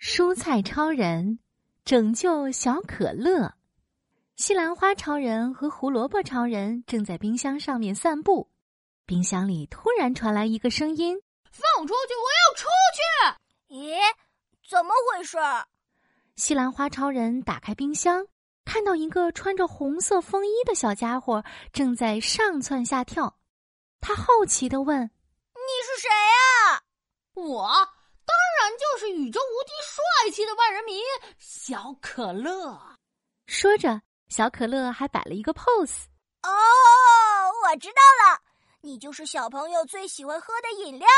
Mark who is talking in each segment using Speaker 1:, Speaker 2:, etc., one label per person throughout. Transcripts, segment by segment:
Speaker 1: 蔬菜超人拯救小可乐，西兰花超人和胡萝卜超人正在冰箱上面散步，冰箱里突然传来一个声音
Speaker 2: 放我出去！我要出去！
Speaker 3: 咦，怎么回事？：“
Speaker 1: 西兰花超人打开冰箱，看到一个穿着红色风衣的小家伙正在上蹿下跳。”他好奇的问
Speaker 3: 你是谁呀、
Speaker 2: 我当然就是宇宙无敌帅气的万人迷小可乐。：“
Speaker 1: 说着，小可乐还摆了一个 pose。”
Speaker 3: 哦，我知道了，你就是小朋友最喜欢喝的饮料。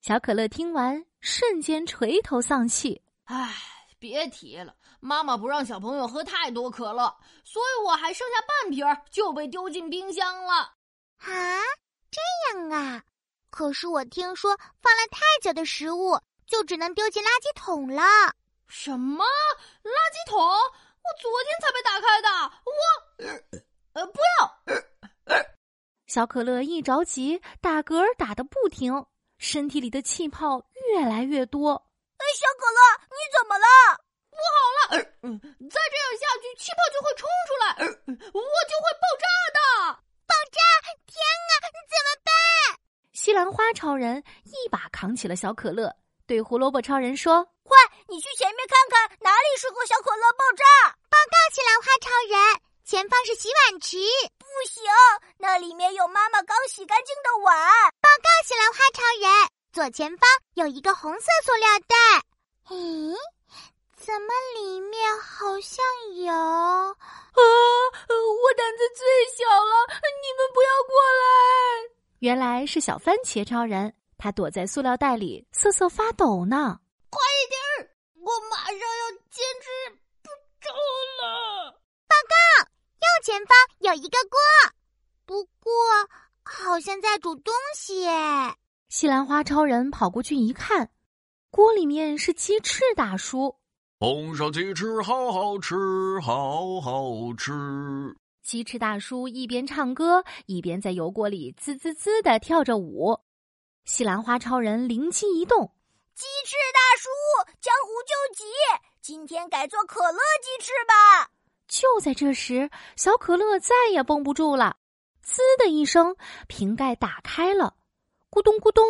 Speaker 1: 小可乐听完，瞬间垂头丧气。
Speaker 2: 唉，别提了，妈妈不让小朋友喝太多可乐，所以我还剩下半瓶儿就被丢进冰箱了。
Speaker 3: 啊，这样啊？可是我听说放了太久的食物就只能丢进垃圾桶了。
Speaker 2: 什么？垃圾桶？我昨天才被打开的。我，呃，不要！
Speaker 1: 小可乐一着急，打嗝儿打得不停，身体里的气泡越来越多。
Speaker 3: 小可乐，你怎么了？
Speaker 2: 嗯，再这样下去，气泡就会冲出来，呃我就会爆炸的。
Speaker 3: 天啊，你怎么办？
Speaker 1: 西兰花超人一把扛起了小可乐，对胡萝卜超人说
Speaker 2: 呃
Speaker 3: 你去前面看看哪里是和小可乐爆炸。报告起来，花超人，前方是洗碗池。不行，那里面有妈妈刚洗干净的碗。报告起来，花超人，左前方有一个红色塑料袋。咦，怎么里面好像有？
Speaker 2: 啊，我胆子最小了，你们不要过来！：“
Speaker 1: 原来是小番茄超人，他躲在塑料袋里瑟瑟发抖呢。
Speaker 2: 我
Speaker 3: 哎
Speaker 2: 马上要坚持不住了。
Speaker 3: 右前方有一个锅，不过好像在煮东西耶。”
Speaker 1: 西兰花超人跑过去一看，锅里面是鸡翅大叔。
Speaker 4: 红烧鸡翅好好吃，好好吃。
Speaker 1: 鸡翅大叔一边唱歌，一边在油锅里滋滋滋的跳着舞。西兰花超人灵机一动，
Speaker 3: 鸡翅大叔，江湖救急，今天改做可乐鸡翅吧。
Speaker 1: 就在这时，小可乐再也绷不住了，滋的一声，瓶盖打开了，咕咚咕咚，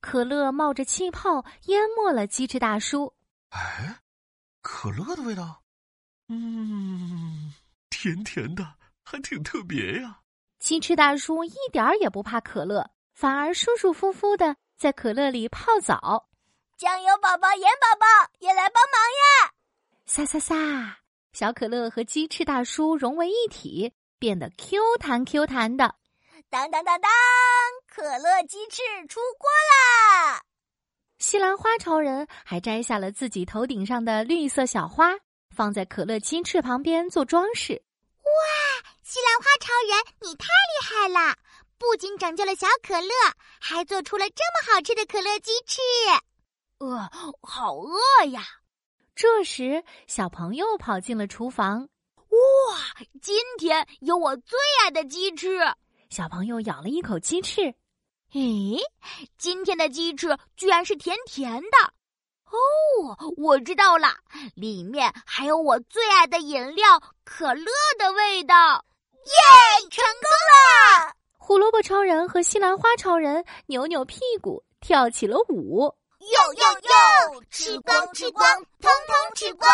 Speaker 1: 可乐冒着气泡淹没了鸡翅大叔。
Speaker 4: 哎，可乐的味道，嗯，甜甜的，还挺特别呀、
Speaker 1: 鸡翅大叔一点儿也不怕可乐，反而舒舒服服的在可乐里泡澡。
Speaker 3: 酱油宝宝、盐宝宝也来帮忙呀！
Speaker 1: 撒撒撒！小可乐和鸡翅大叔融为一体，变得 Q 弹 Q 弹的。
Speaker 3: 当当当当，可乐鸡翅出锅啦！
Speaker 1: 西兰花超人还摘下了自己头顶上的绿色小花，放在可乐鸡翅旁边做装饰。
Speaker 3: 西兰花超人，你太厉害了！不仅拯救了小可乐，还做出了这么好吃的可乐鸡翅。饿，呃好饿呀！
Speaker 1: 这时，小朋友跑进了厨房。
Speaker 3: 今天有我最爱的鸡翅。
Speaker 1: 小朋友咬了一口鸡翅，
Speaker 3: 诶，今天的鸡翅居然是甜甜的。哦，我知道了，里面还有我最爱的饮料可乐的味道。耶，成功了！
Speaker 1: 胡萝卜超人和西兰花超人扭扭屁股跳起了舞。
Speaker 3: 哟哟哟，吃光吃光，通通吃光。